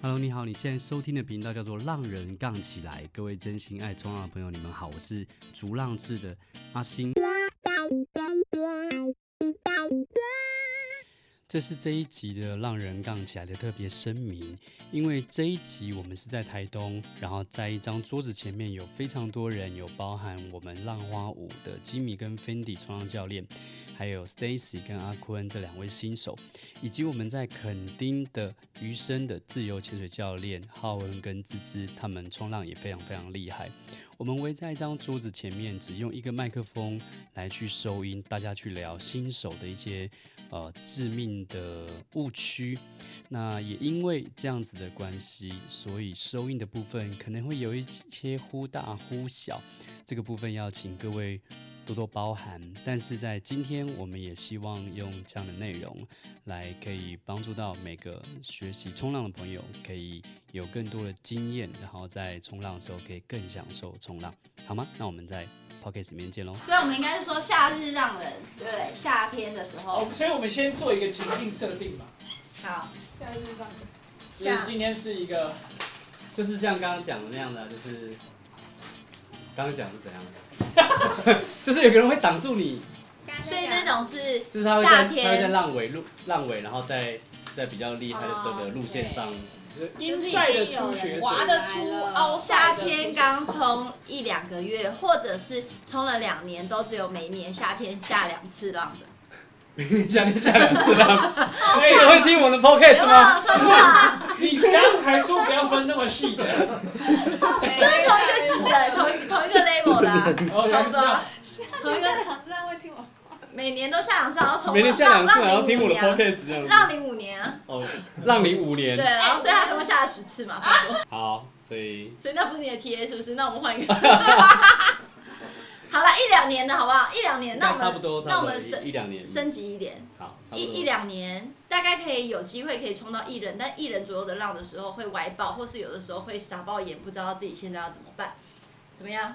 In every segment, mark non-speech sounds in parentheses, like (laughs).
Hello，你好，你现在收听的频道叫做《浪人杠起来》，各位真心爱冲浪的朋友，你们好，我是逐浪志的阿星。这是这一集的《浪人杠起来》的特别声明，因为这一集我们是在台东，然后在一张桌子前面有非常多人，有包含我们浪花舞的吉米跟 Fendi 冲浪教练，还有 Stacy 跟阿坤这两位新手，以及我们在垦丁的余生的自由潜水教练浩恩跟芝芝，他们冲浪也非常非常厉害。我们围在一张桌子前面，只用一个麦克风来去收音，大家去聊新手的一些呃致命的误区。那也因为这样子的关系，所以收音的部分可能会有一些忽大忽小，这个部分要请各位多多包涵。但是在今天，我们也希望用这样的内容来可以帮助到每个学习冲浪的朋友，可以有更多的经验，然后在冲浪的时候可以更享受冲浪，好吗？那我们在 Pocket 里面见喽。所以我们应该是说夏日让人，对不对？夏天的时候好，，哦所以我们先做一个情境设定嘛，好，下日让所以夏今天是一个就是像刚刚讲的那样的，就是刚刚讲是怎样的， (laughs) 就是有个人会挡住你，所以那种是就是他会在夏天他会在浪尾路浪尾，然后在在比较厉害的时候的路线哦上，阴晒的初学者，滑得出凹夏塞的天刚冲一两个月，或者是冲了两年，都只有每一年夏天下两次浪的。明天下天下两次 (laughs) 浪，哎有会听我的 podcast 有没吗？有？哦真的，(laughs) 你刚还说不要分那么 (laughs) 细的，都是同一个级的，同一同一个 level 的 (laughs) 啊、然差不后才知道多，同一个这样会听我。每年都下两次，然后冲明天下两次，浪然后听我的啊浪你五年 podcast 这样啊子。浪你五年啊，哦，浪你五对，年，然后所以他总共下了十次嘛，差不多。好，所以所以那不是你的 TA 是不是？那我们换 (laughs) 一个。好了，一两年的好不好？一两年，那我那们差不多，那差不我们多一升一两年，升级一点，好，差不一一多。两年大概可以有机会可以冲到一人，但一人左右的浪的时候会歪爆，或是有的时候会傻爆眼，不知道自己现在要怎么办。怎么样？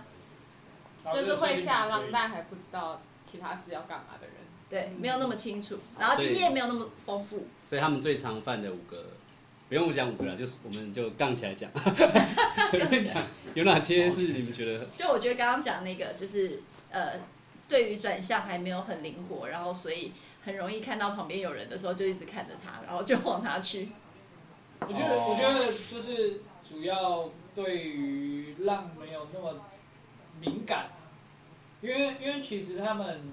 (laughs) 就是会下浪，但还不知道其他事要干嘛的人。嗯对，没有那么清楚，然后经验没有那么丰富。所以他们最常犯的五个，不用讲五个了，就是我们就杠起来讲，随便讲有哪些是你们觉得就我觉得刚刚讲那个，就是呃，对于转向还没有很灵活，然后所以很容易看到旁边有人的时候就一直看着他，然后就往他去。我觉得，我觉得就是主要对于浪没有那么敏感，因为因为其实他们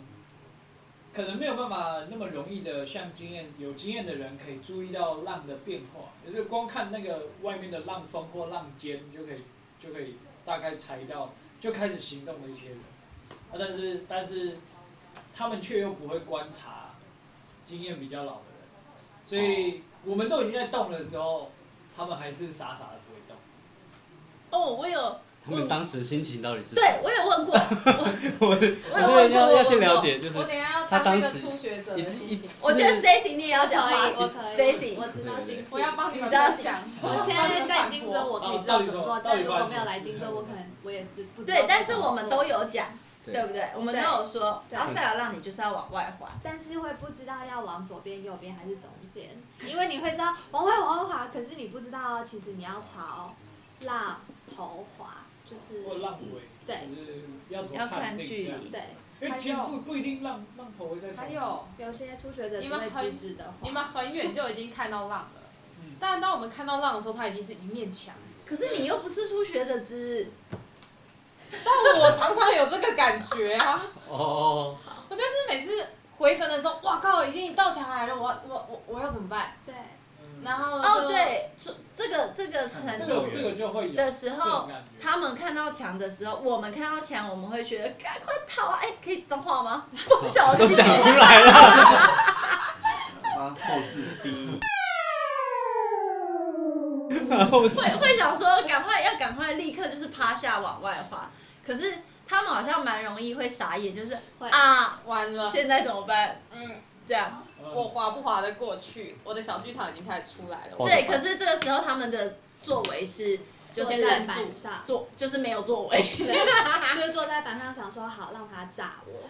可能没有办法那么容易的像经验有经验的人可以注意到浪的变化，也就是光看那个外面的浪峰或浪尖就可以就可以大概猜到就开始行动的一些人，啊，但是但是他们却又不会观察经验比较老的人。所以哦我们都已经在动的时候，他们还是傻傻的不会动。哦，我有他们当时的心情到底是什对么？我有问过，我我我有觉问得过要我要先了解，就是我等一下要他当当那时个初学者一的心一情，我觉得就是 Stacy 你也要可以，讲话我可以，我知道心我要帮你们分享。我现在在荆州，我可以知道怎么做，但如果没有来荆州，我可能我也知不知道。对，但是我们都有讲，对对不对？我们都有说，对然后塞尔让你就是要往外滑，但是会不知道要往左边、右边还是中间，因为你会知道往外往外滑，可是你不知道其实你要朝浪头滑，嗯就是或浪尾，对就是要怎要么看判定距这样？离。对。因为其实不不一定浪浪头会在走。还有，有些初学者只会直直的你滑，们很远就已经看到浪了嗯，但当我们看到浪的时候，它已经是一面墙。可是你又不是初学者之，但我常常有这个感觉 (laughs) 啊，哦，我就是每次回神的时候，哇靠，已经一道墙来了，我我我我要怎么办？对，嗯然后哦，就，对，初这个这个程啊这度个这个就会有的时这候种。感觉。他们看到墙的时候，我们看到墙，我们会觉得赶快逃啊！哎，可以脏话吗？不小都心，讲出来了。啊，后置 B，然后会会想说赶快要赶快立刻就是趴下往外滑，可是他们好像蛮容易会傻眼，就是会啊，完了，现在怎么办？嗯。这样我嗯划不划得过去？我的小剧场已经开始出来了。哦对，可是这个时候他们的作为是就坐先在忍板住，上，作就是没有作为。对，就是坐在板上想说好让他炸我，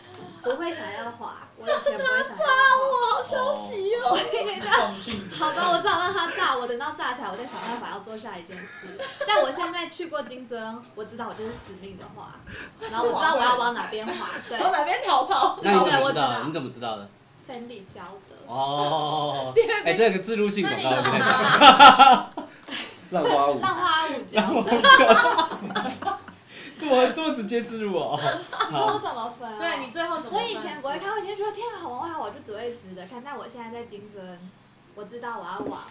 不会想要滑，我以前不会想要 (laughs) 滑。好消极哦！放进好吧，我只好让他炸我，等到炸起来，我再想办法要做下一件事。但我现在去过金樽，我知道我就是死命的滑，然后我知道我要往哪边滑，对，往哪边逃跑？那你怎对么我知知道？道你怎么知道的？三弟教的。哦是因为，哎，这个自入性那广你告干不太讲。嘛？浪花舞，浪花舞教的，这么这么直接自入哦。你说我怎么分、啊？对你最后怎么我分？以前不会看，我以前觉得天啊好玩好玩，我就只会直的看。但我现在在金樽，我知道我要往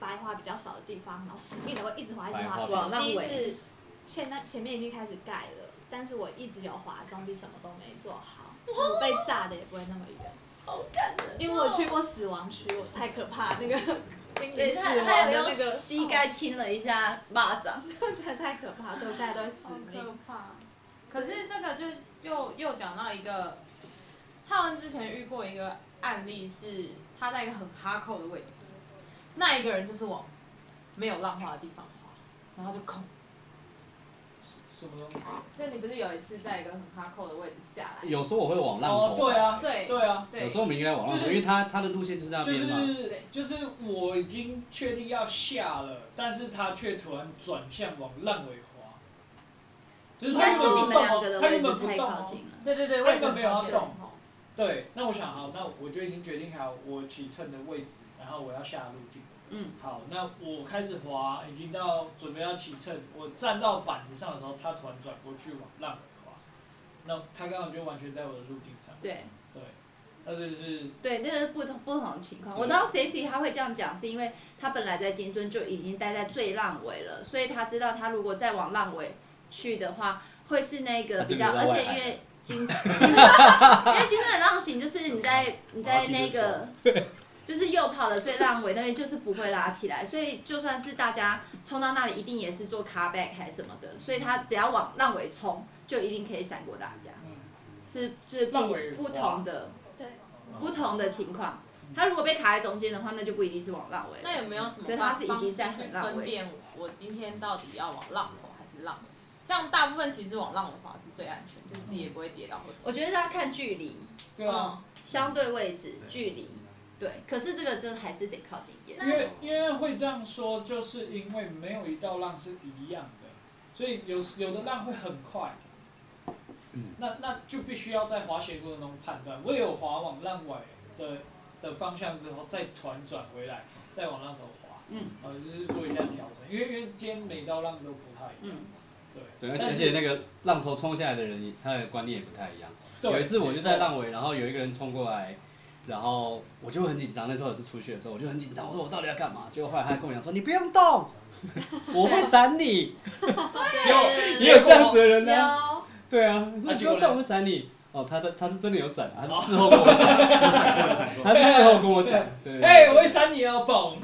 白花比较少的地方，然后死命的会一直滑一直白滑。花往那即尾使现在前面已经开始盖了，但是我一直有滑，装逼什么都没做好，我被炸的也不会那么远。好感人，因为我去过死亡区，我太可怕那个濒 (laughs) 对临死他，亡他的有那用个膝，盖亲了一下蚂蚱，我觉得太可怕，所以我现在都会死好命。可怕。可是这个就又又讲到一个，浩恩之前遇过一个案例是，他在一个很哈扣的位置，那一个人就是往没有浪花的地方滑，然后就空。什么东西？就你不是有一次在一个很哈扣的位置下来？有时候我会往浪哦头，，对啊，对对啊，对有时候我们应该往浪头，就是因为它它的路线就是那就边嘛。是就是我已经确定要下了，但是他却突然转向往烂尾滑，就是应他该原是本你们不动两个哦的，他位原置本不太动靠哦。近了。对对对，他为原什本么没有要靠近的时动候对，那我想好，那我就已经决定好我起乘的位置，然后我要下路径。嗯，好，那我开始滑，已经到准备要起乘，我站到板子上的时候，他突然转过去往浪尾滑，那他刚好就完全在我的路径上。对对，那这就是对，那个不同不同的情况。我知道 Stacy 他会这样讲，是因为他本来在金樽就已经待在最浪尾了，所以他知道他如果再往浪尾去的话，会是那个啊比较，对而且比较因外为金 (laughs) 金因为金樽的浪型就是你在你在那 (laughs) 个。就是右跑的最浪尾那边就是不会拉起来，所以就算是大家冲到那里，一定也是做 car back 还是什么的，所以他只要往浪尾冲，就一定可以闪过大家，嗯，是就是浪尾不不同的对，不同的情况。他如果被卡在中间的话，那就不一定是往浪尾。那有没有什么可是他是已经在方式去很浪分尾辨我今天到底要往浪头还是浪尾？这样大部分其实往浪尾滑是最安全，就是自己也不会跌倒或什么。我觉得要看距离，对啊，嗯，相对位置、距离，对。可是这个这还是得靠经验。因为因为会这样说，就是因为没有一道浪是一样的，所以有有的浪会很快。嗯那那就必须要在滑雪过程中判断，我有滑往浪尾的的方向之后，再团转回来，再往浪头滑，嗯呃，就是做一下调整，因为因为今天每道浪都不太一样嗯，对，对，而且但而是且那个浪头冲下来的人，他的观念也不太一样。对有一次我就在浪尾，然后有一个人冲过来，然后我就很紧张。那时候也是出去的时候，我就很紧张，我说我到底要干嘛？结果后来他跟我讲说：“你不用 (laughs) 动，我会闪你。”结果也有这样子的人呢、有对啊，你啊不结果用呢哦动，我会闪你。哦，他的他是真的有闪啊，他是事后跟我讲， (laughs) 他是事后跟我讲，对，哎、我会闪你哦，蹦，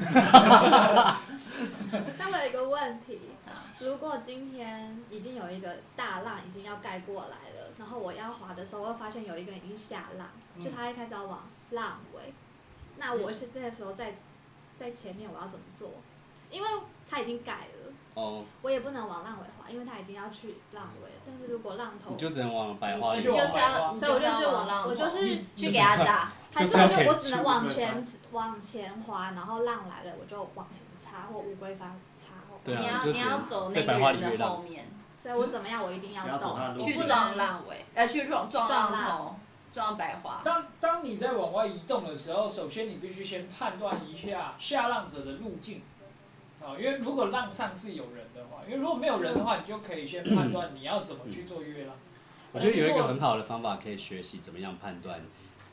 但我有一个问题好，如果今天已经有一个大浪已经要盖过来了，然后我要滑的时候，我会发现有一个人已经下浪，嗯就他一开始要往浪尾，那我是这个时候在在前面我要怎么做？因为他已经盖了，哦，我也不能往浪尾滑，因为他已经要去浪尾了。但是如果浪头你，就只能往白花里你你走就就是要，往所以我就是往浪往，头，我就是去给他炸。还是 (laughs) 就是要我就我给只能出往对前吧往前滑，然后浪来了我就往前插或乌龟翻插后。对啊你要就你是要走那在个百花里人面的让后面，所以我怎么样我一定要不要走动他的，路我去不撞能浪尾，呃，去撞撞撞浪浪头，撞白花。当当你在往外移动的时候，首先你必须先判断一下下浪者的路径，啊，因为如果浪上是有人的话，因为如果没有人的话，你就可以先判断你要怎么去做越浪。我觉得有一个很好的方法可以学习怎么样判断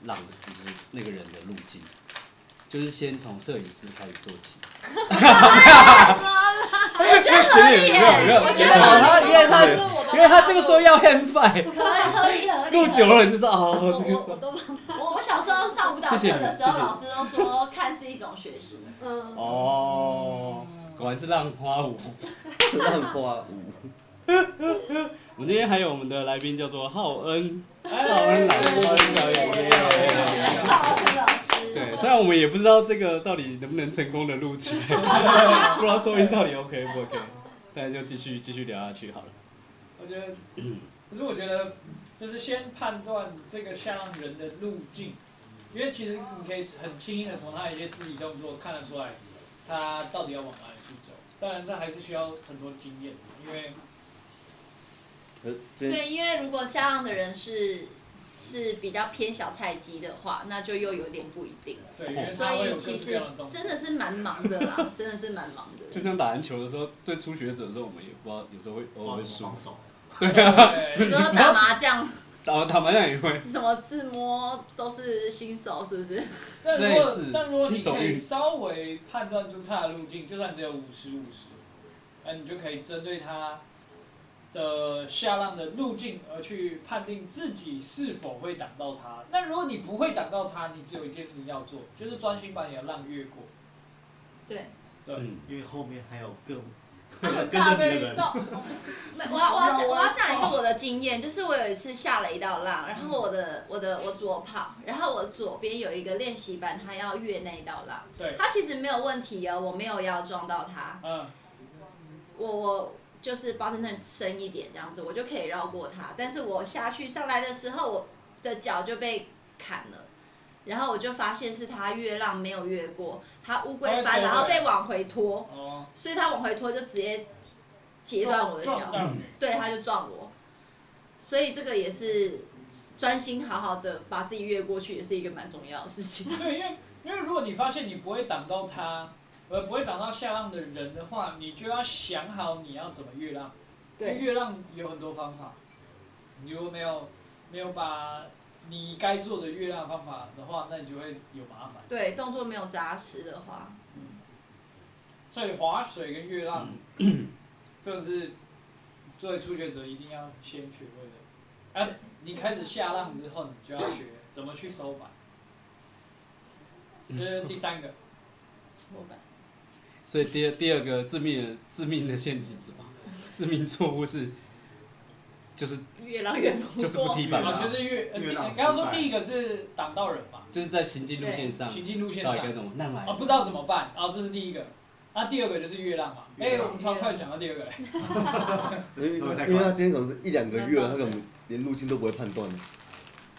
浪的，就是那个人的路径，就是先从摄影师开始做起。哎我觉得合理耶，我觉得哦他因为他说我都因为他这个时候要 hand (laughs) fight，合理合理。录久了你就知道我哦，这我个我是都帮他，我我小时候上舞蹈课谢谢你的时候，谢谢你老师都说看是一种学习。嗯，哦，果然是浪花舞。 (laughs) 浪花舞， (laughs) 我们今天还有我们的来宾叫做浩恩，哎，浩恩老师，浩恩导演，很好，陈老师。对，虽然我们也 (laughs) 不知道这个到底能不能成功的录起来，不知道收音到底 OK 不 OK。大家就继续继续聊下去好了。我觉得，可是我觉得就是先判断这个下浪人的路径，因为其实你可以很轻易的从他的一些肢体动作看得出来，他到底要往哪里去走。当然，这还是需要很多经验，因为呃，今天对，因为如果下浪的人是是比较偏小菜鸡的话，那就又有点不一定。对，因为所他会有以各其式各实样的动作真。的是蛮忙的啦，真的是蛮忙就的。像打篮球的时候，对初学者的时候，我们也不知道，有时候会偶尔会输防， (laughs) 守，啊啊比对如说打麻将，然后他们那也会。哦什么自摸都是新手，是不是？但如类果似但如果你新手可以运稍微判断出他的路径，就算只有五十五十，那你就可以针对他的下浪的路径而去判定自己是否会挡到他。那如果你不会挡到他，你只有一件事情要做，就是专心把你的浪越过。对，对，嗯因为后面还有更他很跟着大个别运人，动，没，我要我要讲我要讲一个我的经验，就是我有一次下了一道浪，然后我嗯的我的我左跑，然后我左边有一个练习板，他要越那一道浪，对，他其实没有问题哦，我没有要撞到他，嗯，我我就是包在那深一点这样子，我就可以绕过他，但是我下去上来的时候，我的脚就被砍了。然后我就发现是他越浪没有越过，他乌龟哎对翻，对然后被往回拖，哦，所以他往回拖就直接截断我的撞脚。到你，对，他就撞我，所以这个也是专心好好的把自己越过去，也是一个蛮重要的事 (laughs) 情。对，因为因为如果你发现你不会挡到他，呃，不会挡到下浪的人的话，你就要想好你要怎么越浪。对，月浪有很多方法，你如果没有没有把你该做的月亮方法的话，那你就会有麻烦。对，动作没有扎实的话，所以划水跟月浪，这个是作为初学者一定要先学会的。啊，你开始下浪之后，你就要学怎么去收板。这是第三个，错吧？所以第二第二个致命的致命的陷阱是吧？致命错误是，就是越浪越不就是不过。踢板啊，啊，就是月。呃月你浪刚刚失说败第一个是挡到人嘛，就是在行进路线上，行进路线到上底。该怎么乱来啊，？不知道怎么办啊，这是第一个。那、第二个就是月浪嘛。哎、月浪我们超快讲到第二个了。 (laughs) 因为会不会太快因为他今天可能是一两个月了，他可能连路径都不会判断的。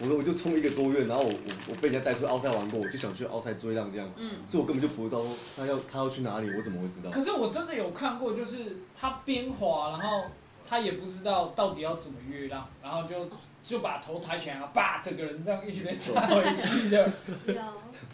我我就冲一个多月，然后我我我被人家带出去奥赛玩过，我就想去奥赛追浪这样，嗯，所以我根本就不知道他要他要去哪里，我怎么会知道？可是我真的有看过，就是他边滑，然后他也不知道到底要怎么越浪，然后就就把头抬起来，然后把整个人这样一起被砸回去的。有。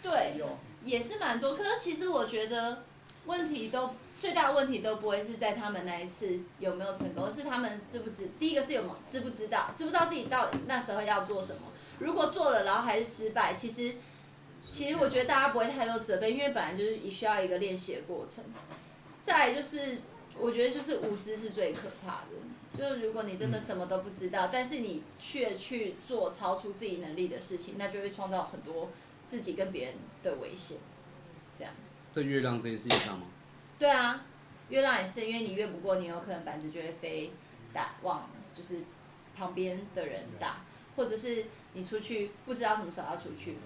对，有，也是蛮多。可是其实我觉得问题都最大的问题都不会是在他们那一次有没有成功，而是他们知不知。第一个是有没有知不知道，知不知道自己到底那时候要做什么。如果做了，然后还是失败，其实其实我觉得大家不会太多责备，因为本来就是需要一个练习的过程。再来就是，我觉得就是无知是最可怕的。就是如果你真的什么都不知道，但是你却去做超出自己能力的事情，那就会创造很多自己跟别人的危险。在月亮这件事情上吗？对啊，越浪也是，因为你越不过，你有可能板子就会飞打往就是旁边的人打，或者是你出去不知道什么时候要出去，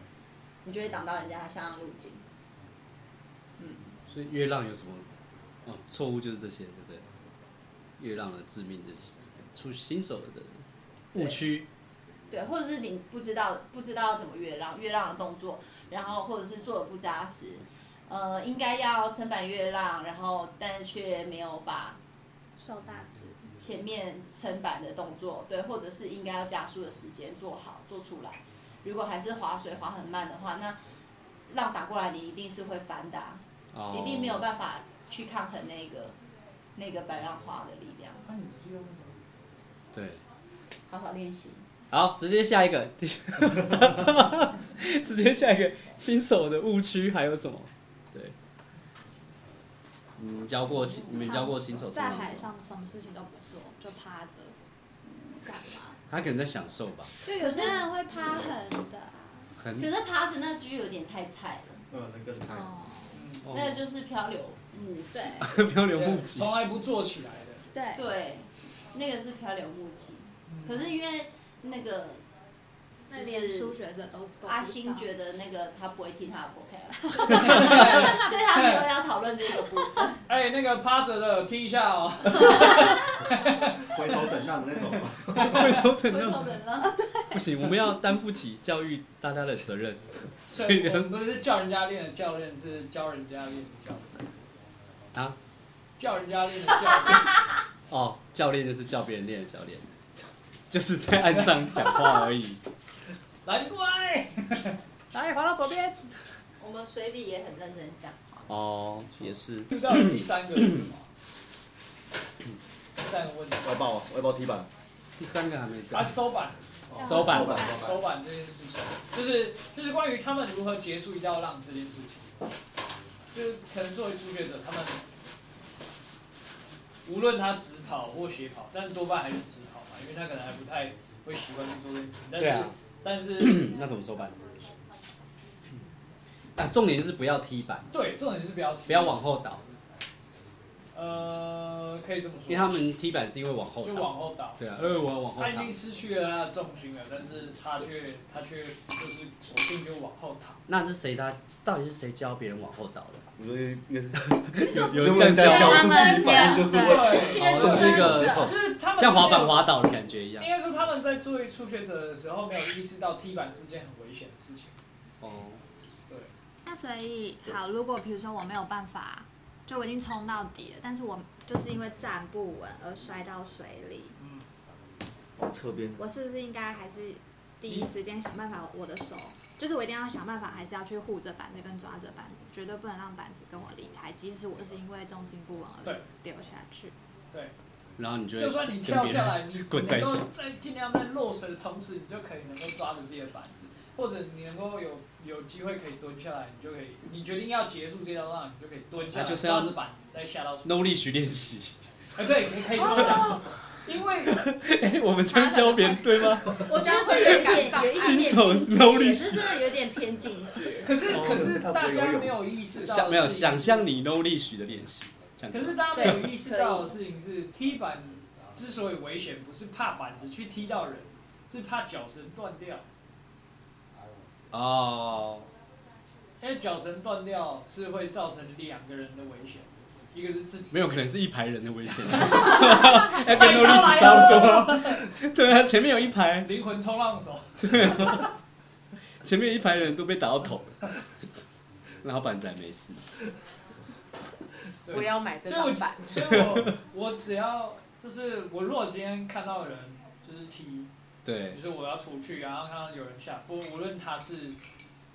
你就会挡到人家的下浪路径。所以月浪有什么？哦，错误就是这些，对不对？月浪的致命的出新手的误区，对，或者是你不知道不知道怎么越浪，越浪的动作，然后或者是做的不扎实，呃，应该要撑板越浪，然后但是却没有把受大指，前面撑板的动作，对，或者是应该要加速的时间做好做出来。如果还是划水划很慢的话，那浪打过来你一定是会反打，哦一定没有办法去抗衡那个那个白浪花的力量。那、你不是用那个哦对。好好练习，好，直接下一个， (laughs) 直接下一个新手的误区还有什么？对，你们教过新，你们教过新手冲在浪海是吗？上什么事情都不做，就趴着，干嘛？他可能在享受吧，就有些人会趴横的啊，可很是趴着那局有点太菜了，嗯，能跟太哦，嗯那 (laughs) 个就是漂流木屐，对漂流木对集，从来不做起来的。对，嗯对，那个是漂流木屐。可是因为那个那就连是初学者都都阿星星觉得那个他不会听他的 podcast，所以他没有要讨论这个部分。哎、那个趴着的听一下哦。回头等浪那 (laughs) 种嘛。回头等到不行，我们要担负起教育大家的责任。所以我们不是叫人家练的教练，是教人家练的教练。啊？叫人家练的 (laughs) 教练。哦，教练就是叫别人练的教练， (laughs) 就是在岸上讲话而已。来，你过来。来，滑到左边。 (laughs) 我们水里也很认真讲话，哦，也是。遇到了第三个是什么？第三个问题，外爆啊，外爆踢板，第三个还没啊，手板，哦手板吧，手板这件事情，就是就是关于他们如何结束一道浪这件事情，就是可能作为初学者，他们无论他直跑或斜跑，但是多半还是直跑嘛，因为他可能还不太会习惯去做这件事情，但是、对啊，但是那怎么手板？啊，重点就是不要踢板，对，重点是不要踢不要往后倒，呃，可以这么说，因为他们踢板是因为往后就倒。往后倒。对啊，呃，我要往后他已倒经。失去了他的重心了，但是他却他却就是索性就往后躺。那是谁他？到底是谁教别人往后倒的？我觉得应该是有有这样教啊讲哦，小猪自己反应啊就是会，对，天这是一个生的哦就是他们像滑板滑。滑倒的感觉一样应。该说他们在作为初学者的时候，没有意识到踢板是件很危险的事情。哦，那所以好，如果比如说我没有办法，就我已经冲到底了，但是我就是因为站不稳而摔到水里，嗯，往侧边，我是不是应该还是第一时间想办法我的手？就是我一定要想办法，还是要去护着板子跟抓着板子，绝对不能让板子跟我离开。即使我是因为重心不稳而对掉下去，然后你就会就算你跟跳别下人来，你你滚在能一够起在尽量在落水的同时，你就可以能够抓着自己的板子，或者你能够有有机会可以蹲下来，你就可以，你决定要结束这条浪，你就可以蹲下来，啊就是要抓着板子再下到水。 no 力学练习。 (laughs) 哎，对，你可以这么讲，因为哎，我们这样教别人对吗？我觉得这有一点有一 (laughs) 新点手点境周界，立这真的有点偏境界。可是可是他不会大家游泳没有意识到的想没有是想象你 no 力学的练习。这样可是大家没有意识到的事情是，踢板之所以危险，不是怕板子去踢到人，是怕脚绳断掉。哦，因为脚绳断掉是会造成两个人的危险，一个是自己没有，可能是一排人的危 (laughs) 险。菜要跟 no 力刀来学差不多。 (laughs) 对啊，前面有一排， (laughs) 灵魂冲浪手，前面有一排人都被打到头了，然后板仔没事。对我要买这所以我张板。所以我我只要就是我如果今天看到人就是踢，对比如，说我要出去，然后看到有人下坡，无论他是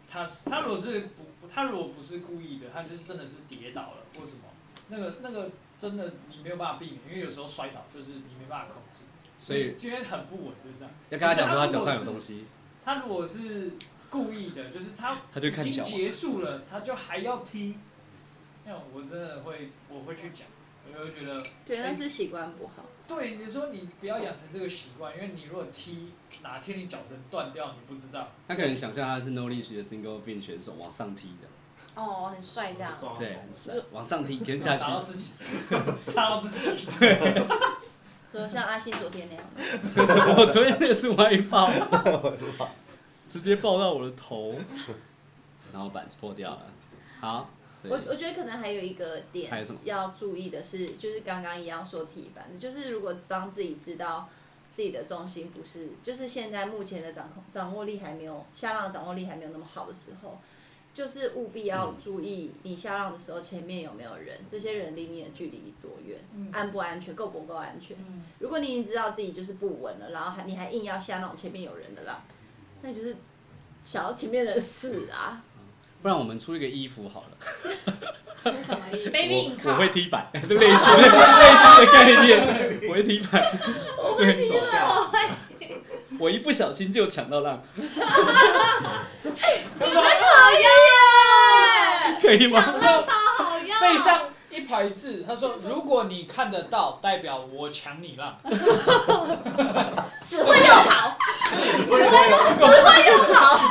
他是他如果是不他如果不是故意的，他就是真的是跌倒了或什么，那个那个真的你没有办法避免，因为有时候摔倒就是你没办法控制，所以今天很不稳就是这样。要跟他讲说他脚上有东西，他如果是故意的，就是他他就已看经脚。结束了，他就还要踢，那种我真的会我会去讲，我就会觉得对，但是习惯不好。对，你说你不要养成这个习惯，因为你如果踢，哪天你脚绳断掉，你不知道。他可能想象他是 no 力学的 single bin 选手往上踢的，哦，很帅这样。撞对，很帅，往上 (laughs) 踢，跟下打到去， (laughs) 自己，插到自己。说像阿星昨天那样， (laughs) 我昨天那是外爆，直接爆到我的头，然后板子破掉了。好，所我以我觉得可能还有一个点还有什么要注意的是，就是刚刚一样说题板，就是如果当自己知道自己的重心不是，就是现在目前的掌控掌握力还没有下浪掌握力还没有那么好的时候，就是务必要嗯注意你下浪的时候前面有没有人，这些人离你的距离多远，嗯安不安全，够不够安全。嗯如果你已经知道自己就是不稳了，然后还你还硬要下那种前面有人的浪，那你就是想要前面人死啊！不然我们出一个衣服好了，出什么意思？我没命我会踢 (laughs) 板，类似类似的概念，我会踢板，手架我一不小心就抢到浪，讨厌，可以吗？抢到超好用，背上一排字，他说：“如果你看得到，代表我抢你浪。只会又跑，只会只会又跑，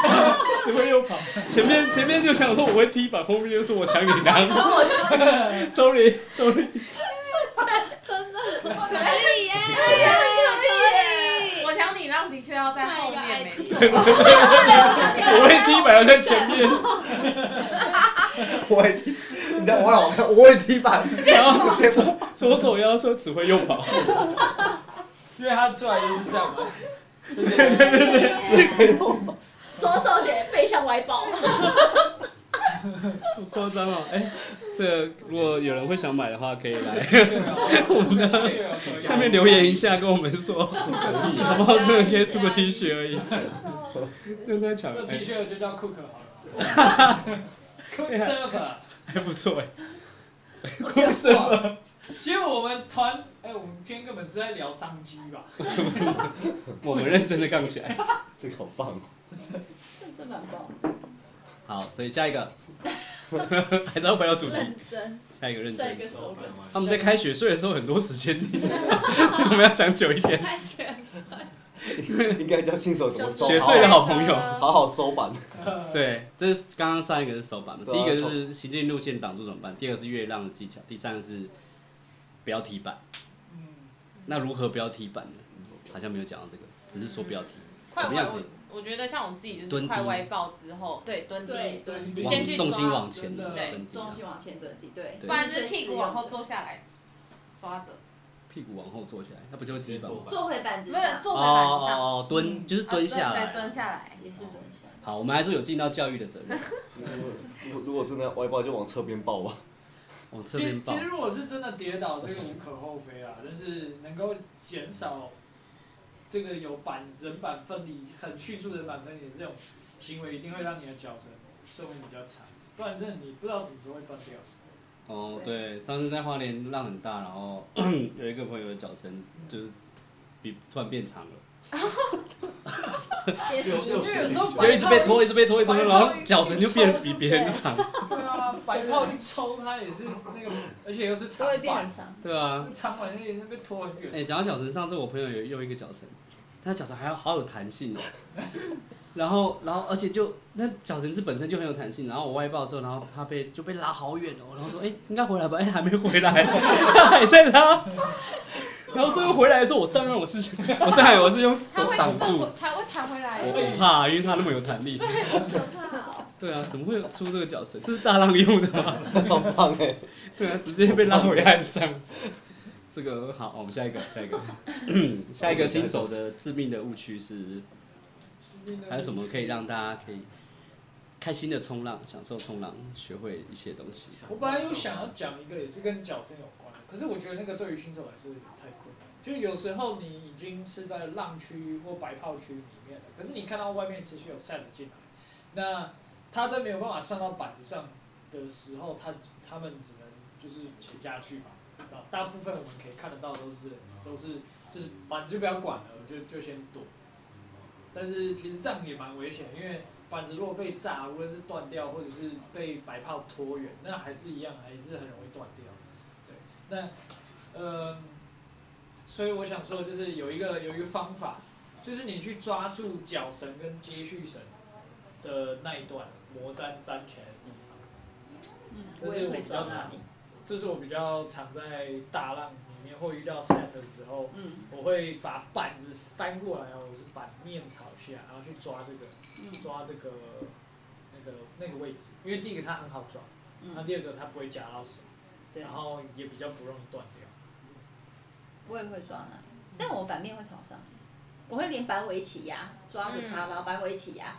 只会又跑，前面前面就想说我会踢板，后面就说哦我抢你然浪后我就 (laughs) ，sorry sorry，真的可以耶，我抢你让的确要在后面，没错。哎我会踢板要在前面，我也踢，你在往外往看，我也踢板，哎然后结果左手要说只会右跑，因为他出来就是这 (laughs) 样嘛。左手写背向歪抱，好夸张 (laughs) 哦！哎、这个如果有人会想买的话，可以来 (laughs) 下面留言一下，跟我们 (laughs) 说，好不好？真的可以出个 T 恤而已，真的在抢，这哎 T 恤就叫 Cook 好了。(laughs) Cook (laughs) Server，还不错哎。 (laughs) 我讲什其实我们团，哎、我们今天根本是在聊商机吧？我们认真的杠起来。 (laughs) 这个好棒哦，这蛮棒，好，所以下一 (laughs) 个，还是要回到主题，认真。下一个认下一真。个 slogan，他们在开学睡的时候很多时 (laughs) 间，所以我们要讲久一点。开学应该叫新手怎么收？学睡的好朋友，好好收版，对，这是刚刚上一个是手板嘛，对第啊一个就是行进路线挡住怎么办，第二个是月亮的技巧，第三个是不要踢板。嗯，那如何不要踢板呢？好像没有讲到这个，只是说不要踢，快怎么歪样我可以我觉得像我自己就蹲是低快歪爆之后，对蹲对低，蹲嗯你低，先往去重心往前真的对等重心往前蹲低，对，对不然就是屁股往后，坐下来，抓着，屁股往后坐起来，那不就会踢板吗？坐回板子没上，有坐哦在板子上，哦哦，蹲就是蹲下啊来对，。蹲下来。也是蹲下。好，我们还是有尽到教育的责 (laughs) 任，如如果真的要歪抱就往侧边抱吧，往哦侧其实边其抱实。如果是真的跌倒，这个无可厚非啊，但是能够减少这个有板人板分离、很去除人板分离的这种行为，一定会让你的脚程寿命比较长，不然真的你不知道什么时候会断掉。哦，对，上次在花莲浪很大，然 (laughs) 后有一个朋友的脚绳就是比突然变长了，也是又又因为有时候就一直被拖，白一直被拖，一直被拖，白然泡后脚绳就变得比别人长。泡，对啊，白泡一抽它也是那个，而且又是长都会变板很，长，对啊，长板那也是被拖很哎、远。讲到脚绳，上次我朋友有用一个脚绳，他脚绳还要好有弹性哦、然后，然后，而且就那脚绳是本身就很有弹性，然后我外抱的时候，然后他被就被拉好远哦、然后说，哎、应该回来吧，哎、还没回来，他 (laughs) 还在拉。然后最后回来的时候，我上面我是我上来我是用它手会挡自住我，它会弹回来我。哦不怕，因为他那么有弹力。对啊，怎么会出这个脚绳？这是大浪用的吗？好棒哎，对啊，直接被拉回岸上。这个好，我们下一个，下一个，下一个新手的致命的误区是，还有什么可以让大家可以开心的冲浪，享受冲浪，学会一些东西。我本来有想要讲一个也是跟脚声有关的，可是我觉得那个对于新手来说有点太困难。就有时候你已经是在浪区或白泡区里面了，可是你看到外面持续有 set 进来，那他在没有办法上到板子上的时候，他他们只能就是潜下去嘛。然后大部分我们可以看得到都是都是就是板子就不要管了，就就先躲。但是其实这样也蛮危险，因为板子如果被炸，无论是断掉或者是被白炮拖远，那还是一样，还是很容易断掉。对，那呃，所以我想说，就是有一个有一个方法，就是你去抓住脚绳跟接续绳的那一段磨粘粘起来的地方。嗯，这我是也我会比较抓到常你，，这是我比较常在大浪里面或遇到 set 的时候，嗯我会把板子翻过来哦，我是板面朝下，然后去抓这个嗯抓这个那个那个位置，因为第一个它很好抓，那嗯，第二个它不会夹到手，对然，后也比较不容易断掉。我也会抓那里，但我板面会朝上，我会连板尾一起压，抓着它，然后板尾一起压，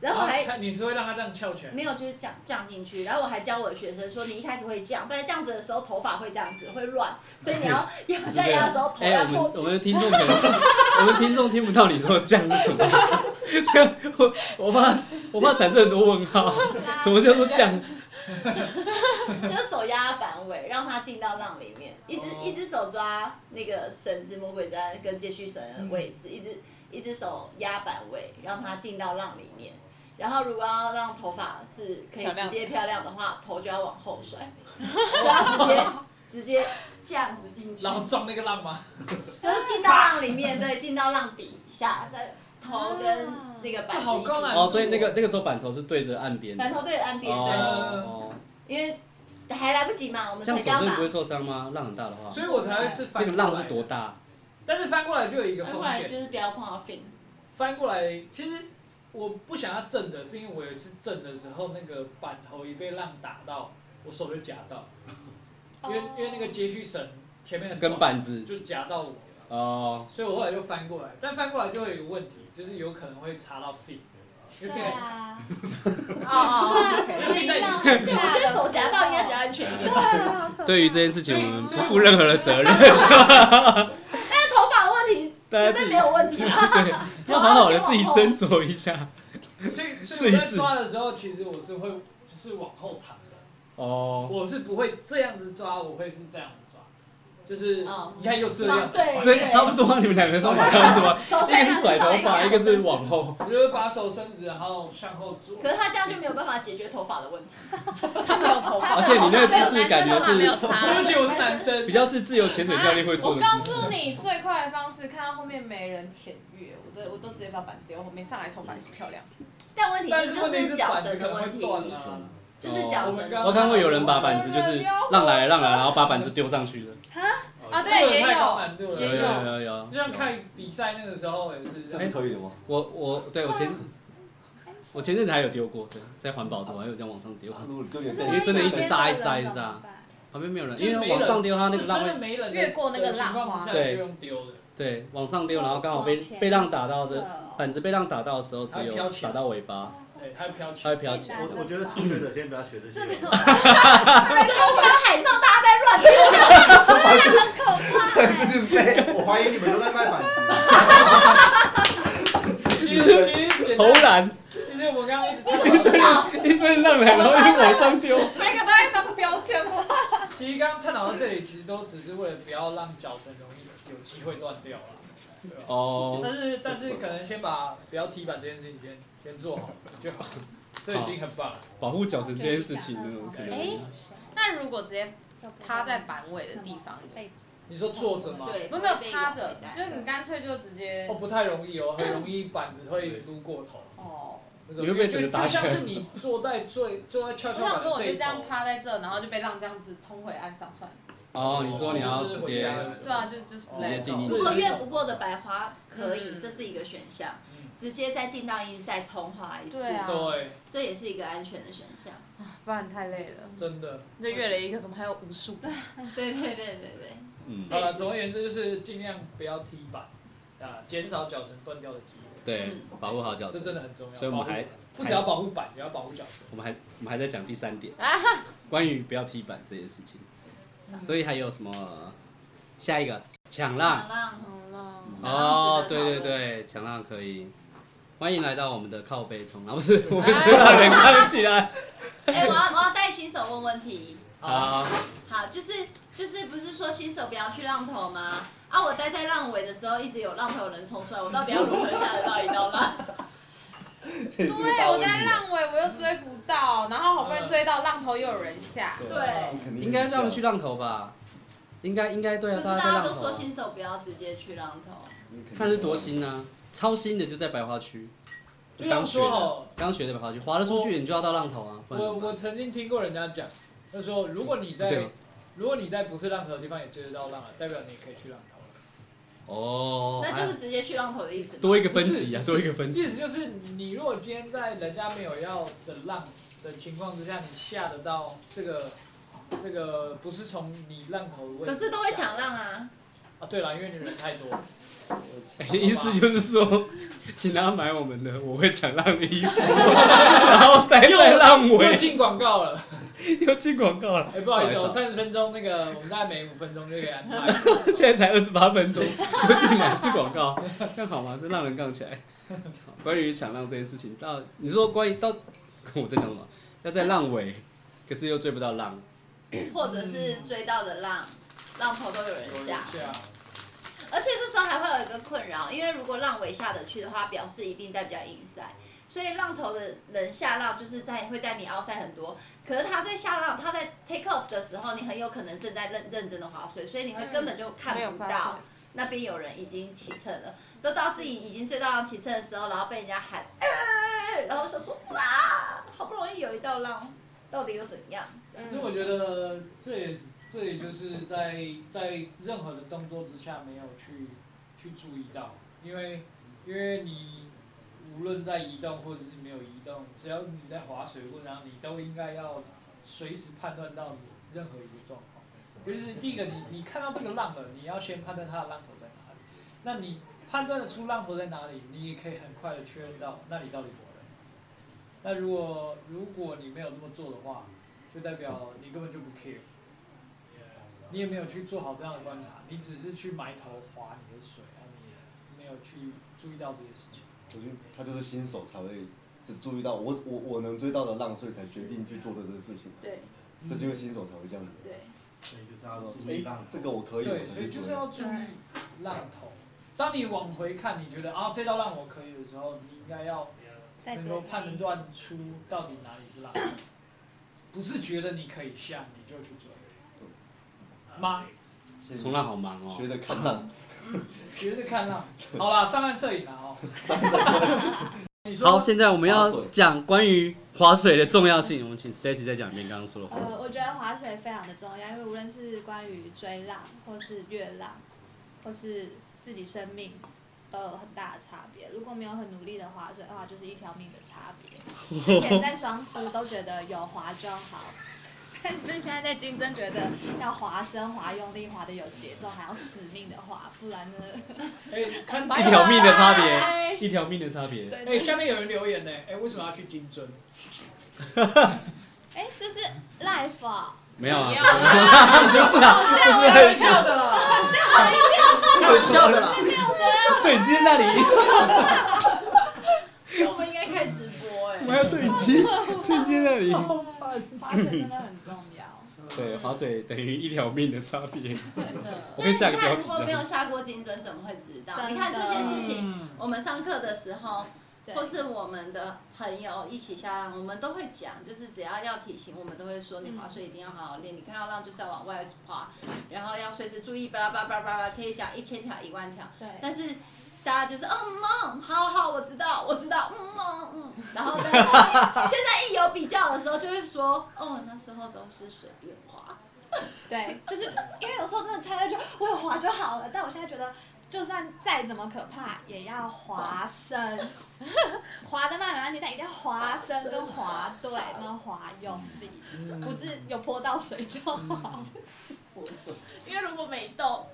然后我还哦它你是会让它这样翘起来，没有，就是降降进去。然后我还教我的学生说，你一开始会降，但是这样子的时候头发会这样子，会乱，所以你 (laughs) 要压下压的时候头哎、要我们过我去。们的听众可能， (laughs) 我们听众听不到你说酱是什么， (laughs) 我我怕我怕产生很多问 (laughs) 号，什么叫做酱？就是手压反尾，让它进到浪里面，一只、哦一只手抓那个绳子魔鬼毡跟接续绳的位嗯置，一只一只手压板尾，让它进到浪里面。然后如果要让头发是可以漂亮直接漂亮的话，头就要往后甩，就要直接直接这样子进去， (laughs) 然后撞那个浪吗？就是进到浪里面，对，进到浪底下，在头跟那个板啊这好高难哦，所以那个那个时候板头是对着岸边的板。头对着岸边，对，哦，因为还来不及嘛，我们这样才手刚真的嘛不，会受伤吗？浪很大的话，所以我才会是啊那翻个过来浪是多大？但是翻过来就有一个要风不然险，就是不要碰到 fin，翻过来，其实我不想要震的，是因为我有一次震的时候，那个板头一被浪打到，我手就夹到，哦因为因为那个接续绳前面很短跟板子就夹到我了，哦，所以我后来就翻过来，但翻过来就会有一个问题，就是有可能会插到 feet，因为 feet 对很长啊，哦 (laughs) 哦， (laughs) 对啊，对，我觉得手夹到应该比较安全一点。对于这件事情，所以我们所不以负任何的责任。但是头发的问题大家绝自对己没有问题啊。要好好的自己斟酌一下。所以所试以一我试在抓的时候，其实我是会就是往后躺的，哦，我是不会这样子抓，我会是这样子抓，就是哦你看又这样，对这差不多啊，你们两个都差不多啊，手一个是甩头发， (laughs) 一个是往后。我就会把手伸直，然后向后坐。可是他这样就没有办法解决头发的问题，他没有头发。而且你那个姿势感觉没有是 (laughs) 擦，对不起，我是男生比。较是自由潜水教练会做啊的我告姿势。诉你，最快的方式，看到后面没人潜越，我都我都直接把板丢，后面上来头发还是漂亮。但问题但是是就问题是是脚板子绳可的能问会题，断啊。就是脚我绳们刚的。刚我看过有人把板子就是让来让来，然后把板子丢上去的。啊，这个对，也太高有。难度了，有也有有有就。像看比赛那个时候也是哎这这样样。可以的吗？我我对我前我前阵子还有丢过，对，在环保的时候还有这样往上丢，啊如果丢脸可被是因万一为真的一直扎旁边一直扎一直的人扎怎么，办旁边没有人，就是因没为人往上丢它那个就浪真会的没人的越过那个浪花情况之下就用丢的，对往上丢，然后刚好被往前被浪打到射的哦板子被浪打到的时候，只它会有飘起打来到尾巴，哎，还有飘起它会来。飘起来。我我觉得初学者先不要 (laughs) 学这 (laughs) 这没些有，，我看海上大家在乱 (laughs) 丢，自费。我怀疑你们都在卖板子。其实其实简投单，篮，其实我刚刚一直听到，一堆浪来，然后又往上丢。每个都在当标签吗？ (laughs) 其实刚刚探讨到这里，其实都只是为了不要让脚绳容易有机会断掉了。对吧哦，但是但是可能先把不要踢板这件事情先先做好就好，这已经很棒了。保护脚绳这件事情呢，我可能哎那如果直接趴在板尾的地方，你说坐着吗？对，不没有趴着，就是你干脆就直接哦，不太容易哦，很容易板子会撸过头。哦。那种你会不会就整个打就起来像是你坐在最坐在跷我跷板想的说，我这就一这样头，趴在这，然后就被浪这样子冲回岸上算了。哦，你说你要直就是回接家了对啊，就就是直接进如入果越不过的百花可以，嗯这是一个选项，直接再进到一赛重滑一次对，啊，对，这也是一个安全的选项。不然太累了。真的。就越了一个，怎么还有无 (laughs) 数？对对对对对。嗯，好了，总而言之就是尽量不要踢板，啊，减少脚绳断掉的机会，对，保护好脚嗯这绳。真的很重要。所以我们还保护不只要保护板，也要保护脚绳。我们还我们还在讲第三点啊，关于不要踢板这件事情。所以还有什么？下一个抢浪好浪好了，哦，对对对，抢浪可以。欢迎来到我们的靠背冲浪，不是我们是让人看起来。哎、我要我要带新手问问题。好，好，就是就是不是说新手不要去浪头吗？啊，我待在浪尾的时候，一直有浪头有人冲出来，我到底要如何下得到一道浪？对对，我在浪尾，我又追不到，然后好不容易追到浪头，又有人下。啊对，应该是他们去浪头吧？应该应该对不啊，是大大家在家浪都头说啊。新手不要直接去浪头，看是多新啊，超新的就在百花区，就像学说的哦，刚学的百花区，滑得出去你就要到浪头啊，不然我怎么办我曾经听过人家讲，他说如果你在对如果你在不是浪头的地方也追得到浪了，代表你也可以去浪头了。哦，那就是直接去浪头的意思吗。多一个分级啊，多一个分意级思就是你如果今天在人家没有要的浪的情况之下，你下得到这个这个不是从你浪头的位置，可是都会抢浪啊，啊。对了，因为你人太多， (laughs) 哎意思就是说，请他买我们的，我会抢浪的 (laughs) 衣服，然后带在浪又尾，进广告了。又进广告了。哎、不好意思、不好哦，意思三十分钟那个我们大概每五分钟就可以安插一次。现在才二十八分钟， (laughs) 又进来是广告，这样好吗？这让人杠起来。好关于抢浪这件事情，到你说关于到我在讲什么？要在浪尾，可是又追不到浪，或者是追到的浪，浪头都有人下。下，而且这时候还会有一个困扰，因为如果浪尾下得去的话，表示一定在比较硬塞，所以浪头的人下浪就是在会在你凹塞很多。可是他在下浪，他在 take off 的时候，你很有可能正在认认真的划水，所以你会根本就看没有不发到现。那边有人已经起乘了，都到自己已经追到浪起乘的时候，然后被人家喊，呃、然后想说哇，好不容易有一道浪，到底又怎样？嗯可是我觉得这也是这也就是在在任何的动作之下没有去去注意到，因为因为你无论在移动或者是没有移动，只要你在划水或然后你都应该要随时判断到你任何一个状况。就是第一个，你你看到这个浪了，你要先判断它的浪头在哪里。那你判断得出浪头在哪里，你也可以很快的确认到那里到底活人。那如果如果你没有这么做的话，就代表你根本就不 care，你也没有去做好这样的观察，你只是去埋头划你的水，而你也没有去注意到这些事情。我觉得他就是新手才会只注意到我我我能追到的浪，所以才决定去做的这个事情。对这是因为新手才会这样子。对，所以就是要注意哎浪，这个我可以，对，我才所以去就追是。要注意浪头。当你往回看，你觉得啊这道浪我可以的时候，你应该要再能多够判断出到底哪里是浪头，不是觉得你可以下你就去追。嗯妈，现在冲浪好忙哦学，着看浪，学着看浪。好啦，上岸摄影啦哦。 (laughs) (laughs) 你说好，现在我们要划水讲关于划水的重要性。我们请 Stacy 再讲一遍刚刚说的话。呃，我觉得划水非常的重要，因为无论是关于追浪，或是越浪，或是自己生命，都有很大的差别。如果没有很努力的划水的话，就是一条命的差别。之前在双师都觉得有划就好，但是现在在金针觉得要划深、划用力、划的有节奏，还要死命的划，不然呢？哎、看一条命的差别，一条命的差别。哎、下面有人留言呢、哎、为什么要去金樽？哎，这是 life 啊、没有啊， (laughs) 你要不是啊，啊开玩笑的啦，开玩笑的啦。摄影机在那里，我们应该开直播欸哎、我们还有摄影 (laughs) 机，摄影机在那里。划水真的很重要。对，划水等于一条命的差别。真的。 (laughs) 我可以下个你标看，题如果没了。有下过金针，怎么会知道？真的你看这些事情，嗯，我们上课的时候，对或是我们的朋友一起下浪，我们都会讲，就是只要要提醒，我们都会说嗯你划水一定要好好练，你看到浪就是要往外划，然后要随时注意，巴拉巴拉巴拉巴拉，可以讲一千条一万条，对，但是大家就是嗯嗯，好好，我知道，我知道，嗯嗯嗯， (laughs) 然后但是后面现在一有比较的时候，就会说哦，那时候都是随便 (laughs) 划，对，就是因为有时候真的猜到就我有滑就好了，但我现在觉得，就算再怎么可怕，也要滑深，滑得慢没关系，但一定要滑深跟滑对，然后滑用力，不是有泼到水就好，因为如果没动，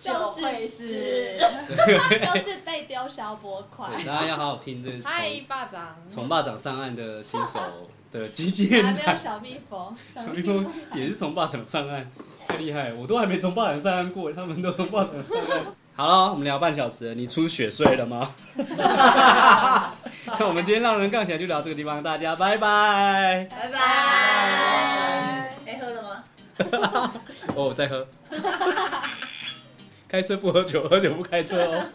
就是会死， (laughs) 就是被丢小波块。对，大家要好好听这嗨，从巴掌，从霸掌上岸的新手 (laughs) 的基建还没有小蜜蜂，(laughs) 小小蜜蜂也是从霸掌上岸，太厉害了！我都还没从霸掌上岸过，他们都从霸掌上岸。 (laughs) 好了，我们聊半小时了，你出血睡了吗？ (laughs) 那我们今天让人杠起来就聊这个地方，大家拜拜。拜拜，哎，喝了吗？ (laughs) 哦，我在喝，开车不喝酒，喝酒不开车哦。